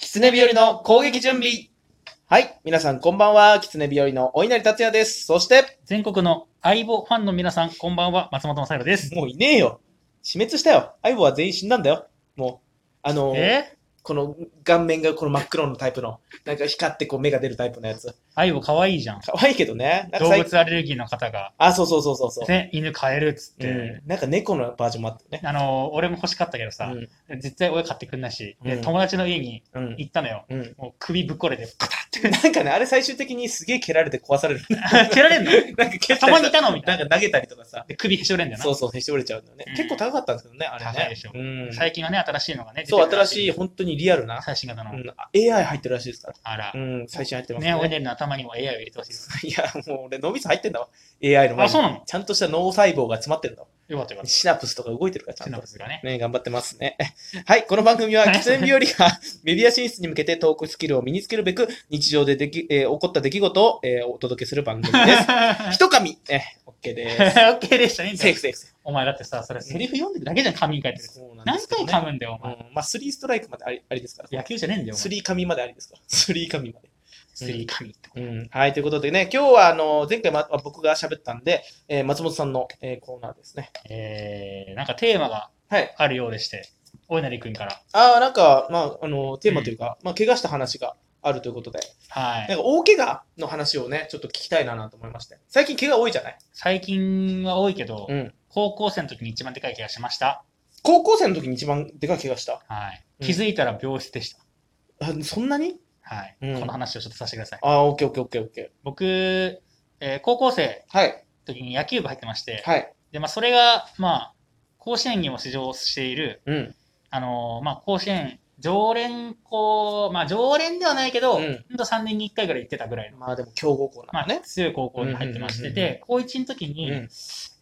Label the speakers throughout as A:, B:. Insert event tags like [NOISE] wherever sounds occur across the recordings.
A: 狐日和の攻撃準備。はい。皆さん、こんばんは。狐日和のお稲荷達也です。そして、
B: 全国の相棒ファンの皆さん、こんばんは、松本正宏です。
A: もういねえよ。死滅したよ。相棒は全員死んだんだよ。もう、あのー
B: え
A: この顔面がこの真っ黒のタイプの、なんか光ってこう目が出るタイプのやつ。
B: 相棒可愛いじゃん。
A: 可愛いけどね。なんか
B: 動
A: 最近
B: 物アレルギーの方が、
A: あ、そうそうそうそうそう。
B: ね、犬飼えるっつっ
A: う
B: て。
A: ん、なんか猫のバージョンもあったね。
B: あのー、俺も欲しかったけどさ、
A: う
B: 絶対親買ってくんないし、で
A: うん
B: 友達の家に
A: ん。うん。
B: 行ったのよ。
A: うん。
B: もう首ぶ
A: [LAUGHS]
B: っこれて、カタ
A: なんかね、あれ最終的にすげえ蹴られて壊される。
B: ッて蹴られんの
A: [LAUGHS] なんか蹴った
B: た
A: り
B: まにいたのみた
A: ないん
B: な。
A: か投げたりとかさ。
B: で首へし折れんだよな。
A: そうそう、へし折れちゃうんだよね
B: う。ん
A: 結構高かったんですけどね、あれね。
B: 高いでしょ
A: うん。
B: 最近はね、新しいのがね、
A: そう、新しい、
B: [LAUGHS] い。
A: 本当にリアルな、
B: 最新型の。
A: うん、AI 入ってるらしいですから。
B: あら
A: う。ん、最新入ってます
B: ね、
A: ね。
B: おいでるの頭にも AI を入れてほしいです。
A: [LAUGHS] いや、もう俺、脳みそ入ってんだわ。AI の前に
B: あ、そうなの
A: ちゃんとした脳細胞が詰まってるんだわ。
B: よかったよかっ
A: シナプスとか動いてるから、ち
B: た。
A: ゃ
B: シ
A: ん
B: ナ
A: と
B: プ。スがね。
A: ね、頑張ってますね。 [LAUGHS] はい、この番組は、
B: はい
A: 喫煙日和
B: [LAUGHS]
A: がメディア進出に向けてトークスキルを身につけるべく、日常ででき、えー起こった出来事を、えーお届けする番組です。
B: [LAUGHS]
A: ひと噛み、ね、OK
B: オ
A: で
B: ッケーでしたね。
A: す。セーフセーフセ
B: お前だってさ、それセリフ読んでるだけじゃん、紙に書い
A: ー
B: て
A: フ。
B: る。
A: そうなんで
B: 何
A: すけ
B: 回
A: どね
B: 噛むんだよ、お前。
A: うん、まあ、スリーストライクまでありありですから。
B: 野球じゃねえんだよ、お
A: ス
B: 前。
A: リー紙まであり [LAUGHS] ですから。スリー紙まで。
B: スリー紙って。
A: うん。はい、ということでね、今日はあの前回、ま、僕が喋ったんで、えー松本さんの、えーコーナーですね。
B: えー、なんかテーマが
A: はい。
B: あるようでして、お稲荷くんから。
A: ああ、なんか、まあ、あのテーマというか、まあ、怪我した話があるということで、
B: は
A: なん
B: い。
A: か大怪我の話をね、ちょっと聞きたいなと思いまして。最近怪我多いじゃない
B: 最近は多いけど、
A: うん。
B: 高校生の時に一番でかい怪我しました。
A: 高校生の時に一番でかい怪我した。
B: はい。
A: うん
B: 気づいたら病室でした。
A: あそんなに
B: はい。
A: うん
B: この話をちょっとさせてください。
A: ああ、オッケーオッケーオッケーオッケ
B: 僕、えー高校生
A: ー。はい。
B: の時に野球部入ってまして、
A: はい。
B: で、まあ、それが、まあ、甲子園にも出場している、
A: うん。
B: あのーまあ、甲子園、常連校、まあ、常連ではないけど、
A: う
B: ほ
A: ん
B: んと3年に1回ぐらい行ってたぐらいの
A: まあでも、強豪校な
B: ま
A: ん
B: あ
A: だね。
B: 強い高校に入ってまし
A: うん
B: て
A: うんうんうん
B: で、高1の時に、
A: うん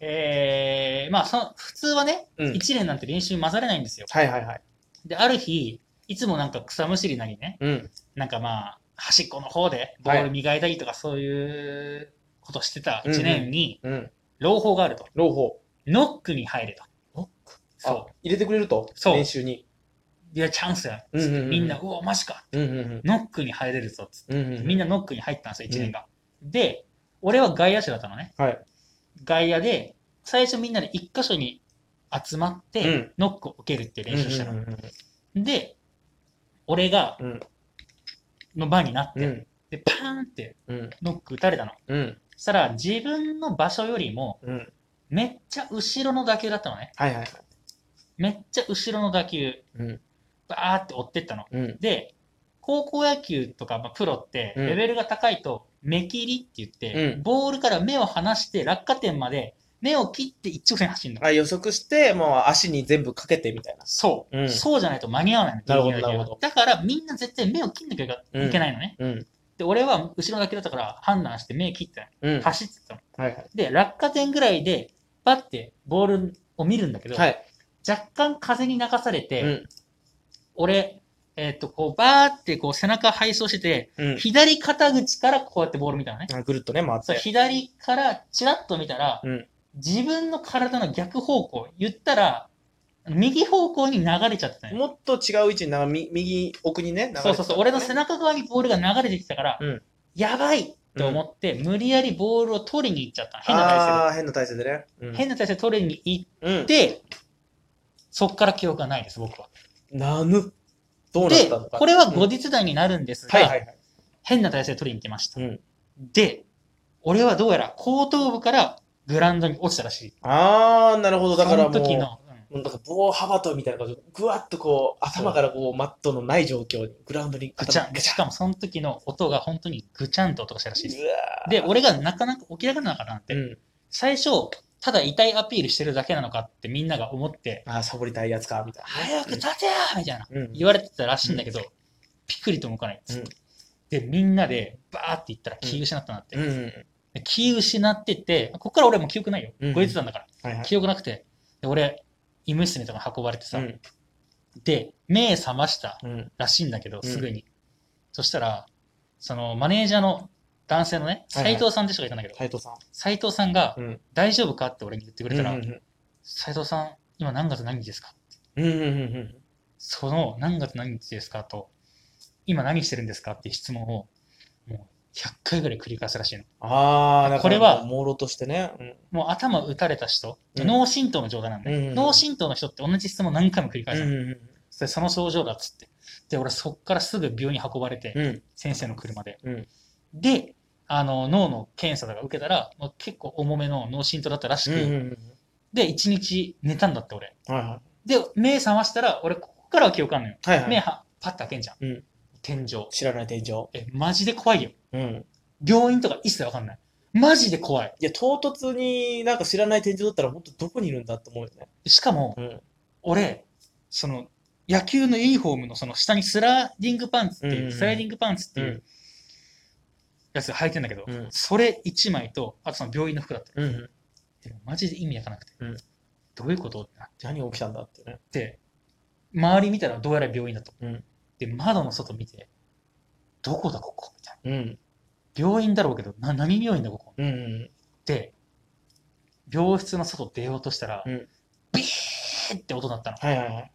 B: えーまあその、普通はね、
A: うん
B: 1年なんて練習混ざれないんですよ。
A: はいはいはい。
B: で、ある日、いつもなんか草むしりなりね、
A: うん。
B: なんかまあ、端っこの方でボール磨いたりとかそういうことしてた1年に、
A: うん。
B: 朗報があると。
A: 朗報。ノ
B: ノックに入れと。
A: ノッ
B: ク
A: あ
B: そ、
A: 入れてくれると。
B: そう
A: 練習に。
B: う。いや、チャンスや。
A: うんうんうん
B: みんな、うお、マジか。
A: うんうん
B: ノックに入れるぞ。つって
A: うん。うんうん
B: みんなノックに入ったんですよ、1年が。で、俺は外野手だったのね。
A: はい。
B: 外野で、最初みんなで一箇所に集まっ
A: う
B: て
A: ん、
B: ノックを受けるっていう練習したの。
A: うんうん
B: で、俺が、
A: うん
B: の番になって、
A: うん
B: で、パーンって
A: うん
B: ノック打たれたの。
A: うん
B: そしたら、自分の場所よりも、
A: うん
B: めっちゃ後ろの打球だったのね。
A: はいはいはい
B: めっちゃ後ろの打球、
A: うん
B: バーって追ってったの。
A: うん
B: で、高校野球とか、まあ、プロって、
A: うん
B: レベルが高いと、目切りって言って、
A: うん
B: ボールから目を離して、落下点まで、目を切って一直線走るの。
A: あ予測してもう足に全部かけてみたいな
B: そう、
A: うん
B: そうじゃないと間に合わないの。
A: なるほど
B: ギリギリだけは
A: なるほど
B: だから、みんな絶対目を切んなきゃいけないのね。
A: うん
B: で、俺は後ろだけだったから、判断して目切ってたの
A: うんはい
B: 走ってたの。
A: はい
B: で、落下点ぐらいで、パッてボールを見るんだけど、
A: はい
B: 若干風に流されて、
A: うん
B: 俺、えっ、と、こう、バーってこう背中配送してて、
A: うん
B: 左肩口からこうやってボール見たのね。
A: あぐるっとね回っ
B: そう
A: て
B: 左からチラッと見たら、
A: うん
B: 自分の体の逆方向、言ったら、右方向に流れちゃったのよ。
A: もっと違う位置になみ右奥にね流れてた
B: そうそうそう、俺の背中側にボールが流れてきたから、
A: うん
B: やばいと思って、無理やりボールを取りに行っちゃったの。変な体
A: あー変な体勢でねうん
B: 勢で。変な体勢で取りに行っ
A: うん
B: て、そっから記憶がないです、僕は。
A: なぬどうなっ
B: で、
A: たのか
B: これは後日談になるんですが、
A: はいはいはい
B: 変な体勢で取りに行きました。
A: うん
B: で、俺はどうやら後頭部からグラウンドに落ちたらしい。
A: ああなるほどだからもう
B: その時の、うん
A: もうなんか棒幅とみたいな感じでぐわっとこう頭からこうマットのない状況にグラウンドに
B: ぐち
A: 頭
B: ゃん。でしかもその時の音が本当にぐちゃんと音がしたらしいです。
A: うわー
B: で、俺がなかなか起き上がらなかったなんて、
A: うん
B: 最初、ただ痛いアピールしてるだけなのかってみんなが思って、
A: あーサボりたいやつかみたいな
B: 早く立てやみたいな
A: うん
B: 言われてたらしいんだけど、ピクリとも動かないっつってで、みんなでバーって行ったら気失ったなって。
A: うんうん
B: で気失ってて、ここから俺も記憶ないよ
A: うん。
B: こいつなんだか
A: は
B: ら。
A: いはい
B: 記憶なくて。で俺、医務室みたいなの運ばれてさ、
A: うん
B: で、目覚ました
A: うん
B: らしいんだけど、
A: うん
B: すぐに。そしたら、そのマネージャーの男性のね、
A: はいはい
B: 斎藤さんって人がいたんだけど、
A: 斉藤さん
B: 斎藤さんが
A: うん、
B: 大丈夫かって俺に言ってくれたら、
A: うんうん
B: 斉藤さん、今何月何日ですか
A: うんうんうんうん
B: その何月何日ですかと、今何してるんですかっていう質問を、もう100回ぐらい繰り返すらしいの。
A: ああ、だから
B: これは
A: もう朦朧としてね。うん
B: もう頭打たれた人、
A: うん
B: 脳震盪の状態なんで、
A: うんうんうん
B: 脳震盪の人って同じ質問何回も繰り返
A: う
B: す
A: ん
B: の、
A: う
B: それその症状だっつって。で、俺そっからすぐ病院運ばれて、
A: んうん。
B: 先生の車で。
A: うん
B: で、あの、脳の検査とか受けたら、まあ、結構重めの脳震盪だったらし
A: う
B: く、
A: んうん
B: で、1日寝たんだって俺。
A: うん。は
B: で、目覚ましたら、俺ここからは記憶あんのよ。
A: いはい。はいは
B: 目
A: い。
B: はパッと開けんじゃん。
A: うん
B: 天井。
A: 知らない天井。
B: え、マジで怖いよ。
A: うん。
B: 病院とか一切わかんない。マジで怖い。
A: いや、唐突になんか知らない天井だったら、本当どこにいるんだって思うよね。
B: しかも、
A: ん。
B: 俺、その、野球のユニフォームのその下にスラーディングパンツっていう、
A: うんうん
B: スライディングパンツって
A: う
B: い
A: ん
B: う。やつが履いてんだけど、
A: うん
B: それ1枚と、あとその病院の服だった。
A: うん。
B: でもマジで意味わかんなくて、
A: うん
B: どういうことってなっ
A: 何が起きたんだってね。
B: て、周り見たらどうやら病院だと。
A: うん
B: で、窓の外見て、どこだここみたいな。
A: うん。
B: 病院だろうけど、な何病院だここ
A: うんうん。
B: で、病室の外出ようとしたら、
A: うん
B: ビーって音鳴ったの。
A: はいはいはい。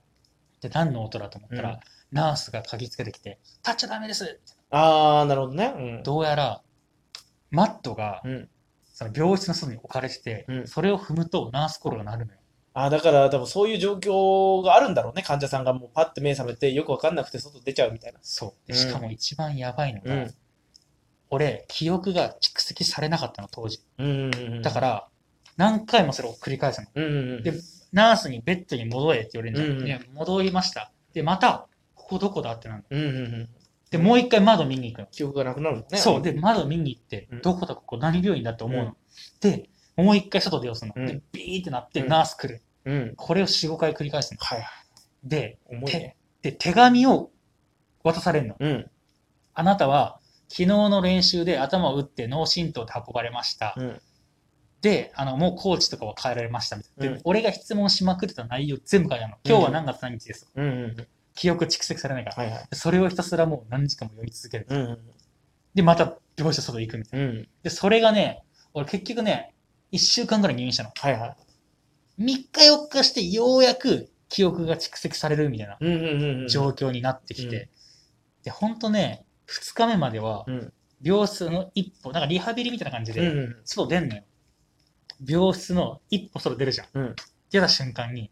B: で、何の音だと思ったら、
A: うん
B: ナースが嗅ぎつけてきて、立っちゃダメです
A: あー、なるほどね。うん。
B: どうやら、マットが、
A: うん。
B: その病室の外に置かれてて、
A: うん
B: それを踏むとナースコロが鳴るのよ。
A: あーだから多分そういう状況があるんだろうね。患者さんがもうパッて目覚めてよくわかんなくて外出ちゃうみたいな。
B: そう。
A: う
B: で
A: ん
B: しかも一番やばいのが、
A: うん
B: 俺、記憶が蓄積されなかったの、当時。
A: うんうんうん。
B: だから、何回もそれを繰り返すの。
A: うんうんうん。
B: でナースにベッドに戻れって言われるんじゃん。
A: うんうん
B: いや戻りました。で、また、ここどこだってなるの。
A: うんうんうん。
B: で、もう一回窓見に行くの。
A: 記憶がなくなるもんね。
B: そう。で、窓見に行って、
A: うん
B: どこだ、ここ何病院だって思うの。
A: うん
B: で、もう一回外出ようするの。
A: うん
B: で、ビーってなって、
A: うん
B: ナース来る。
A: うん。
B: これを4、5回繰り返すの。
A: はいはい。
B: で、
A: 重いね。
B: で、手紙を渡されるの。
A: うん。
B: あなたは、昨日の練習で頭を打って脳震盪で運ばれました。
A: うん。
B: で、あの、もうコーチとかは変えられましたみたいな。
A: う
B: で、
A: ん
B: 俺が質問しまくってた内容全部変えたの。今日は何月何日です。
A: うんうん。
B: 記憶蓄積されないから。
A: はいはい。
B: それをひたすらもう何時間も読み続ける。
A: うんうん
B: で、また病室の外行くみたいな。
A: うん。うん。
B: で、それがね、俺結局ね、1週間ぐらい入院したの。
A: はいはい。
B: 3日4日してようやく記憶が蓄積されるみたいな
A: うんうんうんうん。
B: 状況になってきて。
A: うん
B: で、ほんとね、2日目までは
A: う、ん。
B: 病室の一歩、なんかリハビリみたいな感じ
A: うん
B: で、
A: うん。
B: 外出んのよ。病室の一歩外出るじゃん。
A: うん
B: 出た瞬間に、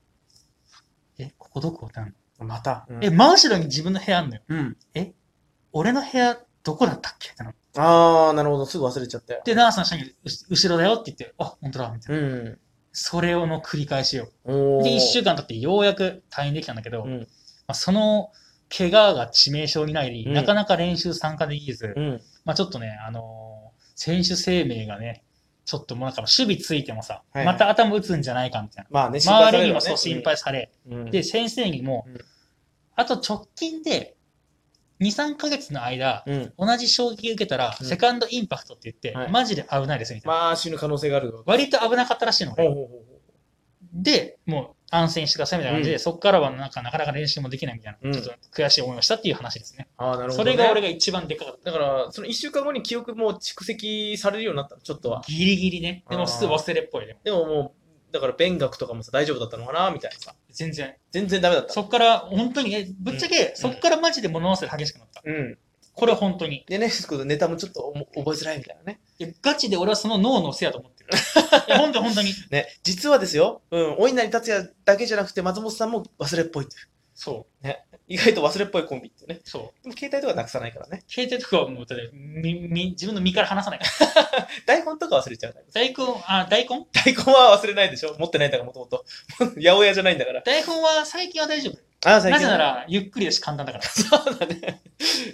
B: え、ここどこってなるの、
A: また。うん
B: え、、真後ろに自分の部屋あんのよ。
A: うん。
B: 俺の部屋どこだったっけってなって
A: あー、なるほど。すぐ忘れちゃって。
B: で、ナースの人にうし後ろだよって言って、あ、本当だ、みたいな。
A: うん。
B: それをの繰り返しよ。
A: おー。
B: で、1週間経ってようやく退院できたんだけど、
A: うん
B: まあ、その怪我が致命傷になり、
A: うん
B: なかなか練習参加できず、
A: うん。
B: まあちょっとね、あのー選手生命がね、ちょっともうなんか守備ついてもさ、
A: はい
B: また頭打つんじゃないかみたいな。
A: まあね、
B: 周りにも
A: さ
B: そう
A: れる
B: 心
A: わね
B: 配され、
A: うん。
B: で、先生にも、
A: うん
B: あと直近で、2、3ヶ月の間、
A: うん。
B: 同じ衝撃受けたら、
A: うん
B: セカンドインパクトって言って、
A: はい
B: マジで危ないですみたいな。
A: まあ、死ぬ可能性があるよ。
B: 割と危なかったらしいの、
A: ほう
B: 俺
A: ほうほ
B: で、もう安静にしてくださいみたいな感じで、
A: うん
B: そこからはなんかなかなか練習もできないみたい
A: う
B: な、
A: ん
B: ちょっと悔しい思いをしたっていう話ですね。
A: うああ、なるほ
B: そ
A: ど、ね。
B: れが俺が一番でかかっ
A: だから、その1週間後に記憶もう蓄積されるようになったの、ちょっと
B: た
A: は。。
B: ギリギリね。で
A: あ
B: も
A: ー
B: すぐ忘れっぽい。でも
A: でももう、だから、勉学とかもさ、大丈夫だったのかな、みたいなさ。
B: 全然。
A: 全然ダメだった。
B: そこから本当に、え、ぶっちゃけ、そこからマジで物忘れ激しくなった。
A: うん。
B: これは本当に。
A: でね、ネタもちょっと思覚えづらいみたいなね。
B: いやガチで俺はその脳のせいやと思っ
A: [LAUGHS]
B: てる。いや本当に本当に。
A: ね、実はですよ、うん、お稲荷達也だけじゃなくて、松本さんも忘れっぽいっていう。
B: そ
A: 意外と忘れっぽいコンビっていうね。
B: う。そう。
A: でも携帯とかなくさないからね。
B: 携帯とかはもう、だってみみ自分の身から離さない。
A: 台本とか忘れちゃうタイプ。
B: 大根、あ、大根
A: 大根は忘れないでしょ持ってないんだから、もともと。 [LAUGHS] 八百屋じゃないんだから。
B: 大根は最近は大丈夫。
A: ああ、
B: なぜなら、ゆっくりだし簡単だから。
A: そうだね。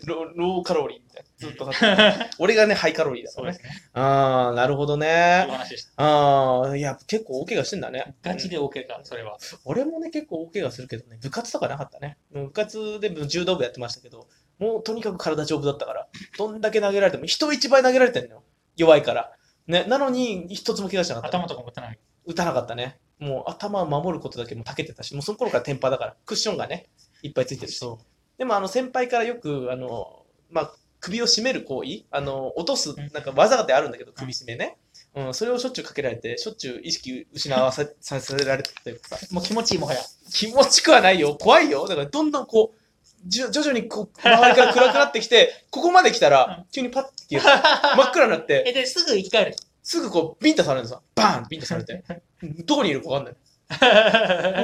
A: ロローカロリーみたいな。ずっとさ [LAUGHS]
B: そ
A: 俺がね、ハイカロリーだから
B: うで
A: ね。
B: すね。
A: ああ、なるほど
B: という
A: ね。
B: 話でした。
A: ああ、いや、結構大怪我してんだね。
B: ガチで OK か、それは。
A: 俺もね、結構大怪我するけどね、部活とかなかったね。もう部活で柔道部やってましたけど、もうとにかく体丈夫だったから、どんだけ投げられても、人一倍投げられてんのよ。弱いから。ね、なのに、一つも怪我しなかった、
B: 頭とか持ってない。
A: 打たなかったね。もう頭を守ることだけもたけてたし、もうその頃から天パだから、クッションがね、いっぱいついてるし。
B: そ
A: でもあの先輩からよくあの、まあ、首を絞める行為あの落とすなんか技であるんだけど首絞めね、うん、それをしょっちゅうかけられてしょっちゅう意識失わささせられてたというかさ
B: う。もう気持ちいい、もはや。
A: 気持ちくはないよ怖いよだからどんどんこうじょ徐々にこう周りから暗くなってきて、ここまで来た
B: う
A: ら、急にパッて消える真っ暗になって、
B: [LAUGHS] え、で、すぐ生き返る。
A: すぐこう、ビンタされるんですよ。バーンってビンタされて。
B: [LAUGHS]
A: どこにいるかわかんない。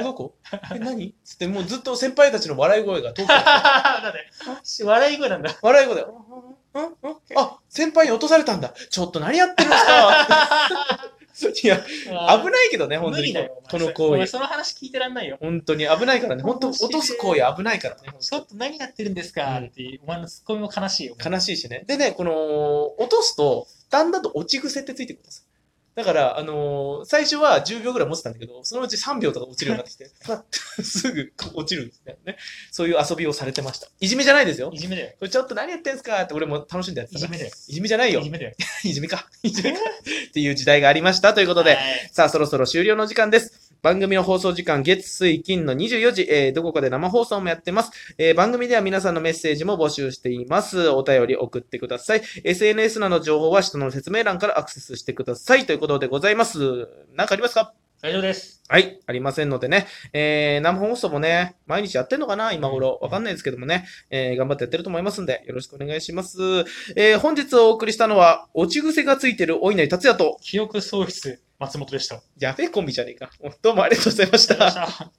A: え、どこえ、何つって、もうずっと先輩たちの笑い声が遠く
B: [LAUGHS]
A: から
B: だって、笑い声 [LAUGHS] なんだ。
A: 笑い声だよ。うんうんうんあ、先輩に落とされたんだ。ちょっと何やってるんですか [LAUGHS] いや、危ないけどね、本当
B: 無理
A: に
B: だよ。。
A: この
B: お
A: 行
B: 前
A: 為。
B: その話聞いてらんないよ。
A: 本当に危ないからね。本当
B: 面白
A: 落
B: い
A: とす行為は危ないからね。本
B: ち
A: 当
B: ょっと何やってるんですか
A: うん
B: って、お前のツッコミも悲しいよ。
A: 悲しいしね。でね、この、落とすと、だんだんと落ち癖ってついてくるんですよ。だから、あのー最初は10秒ぐらい持ってたんだけど、そのうち3秒とか落ちるようになってきて、パッと [LAUGHS] すぐ落ちるんですよね。そういう遊びをされてました。いじめじゃないですよ。
B: いじめだよ。
A: これちょっと何やってんすかって俺も楽しんでやってた
B: いじ
A: から。
B: めだよ。
A: いじめじゃないよ
B: い。じめだよ。
A: いじめか。 [LAUGHS] いじめか。っていう時代がありました。ということで、
B: はい
A: さあ、そろそろ終了の時間です。番組の放送時間、月、水、金の24時、えーどこかで生放送もやってます、えー番組では皆さんのメッセージも募集しています。お便り送ってください。SNS など情報は下の説明欄からアクセスしてください。ということでございます。なんかありますか
B: 大丈夫です。
A: はい、ありませんのでね。えー生放送もね、毎日やってんのかな今頃。わかんないですけどもね、えー頑張ってやってると思いますんで、よろしくお願いします。えー本日お送りしたのは、落ち癖がついてるお稲荷達也と、
B: 記憶喪失、松本でした。 [LAUGHS]
A: やべえコンビじゃねえか。どうもありがとうございました。
B: た。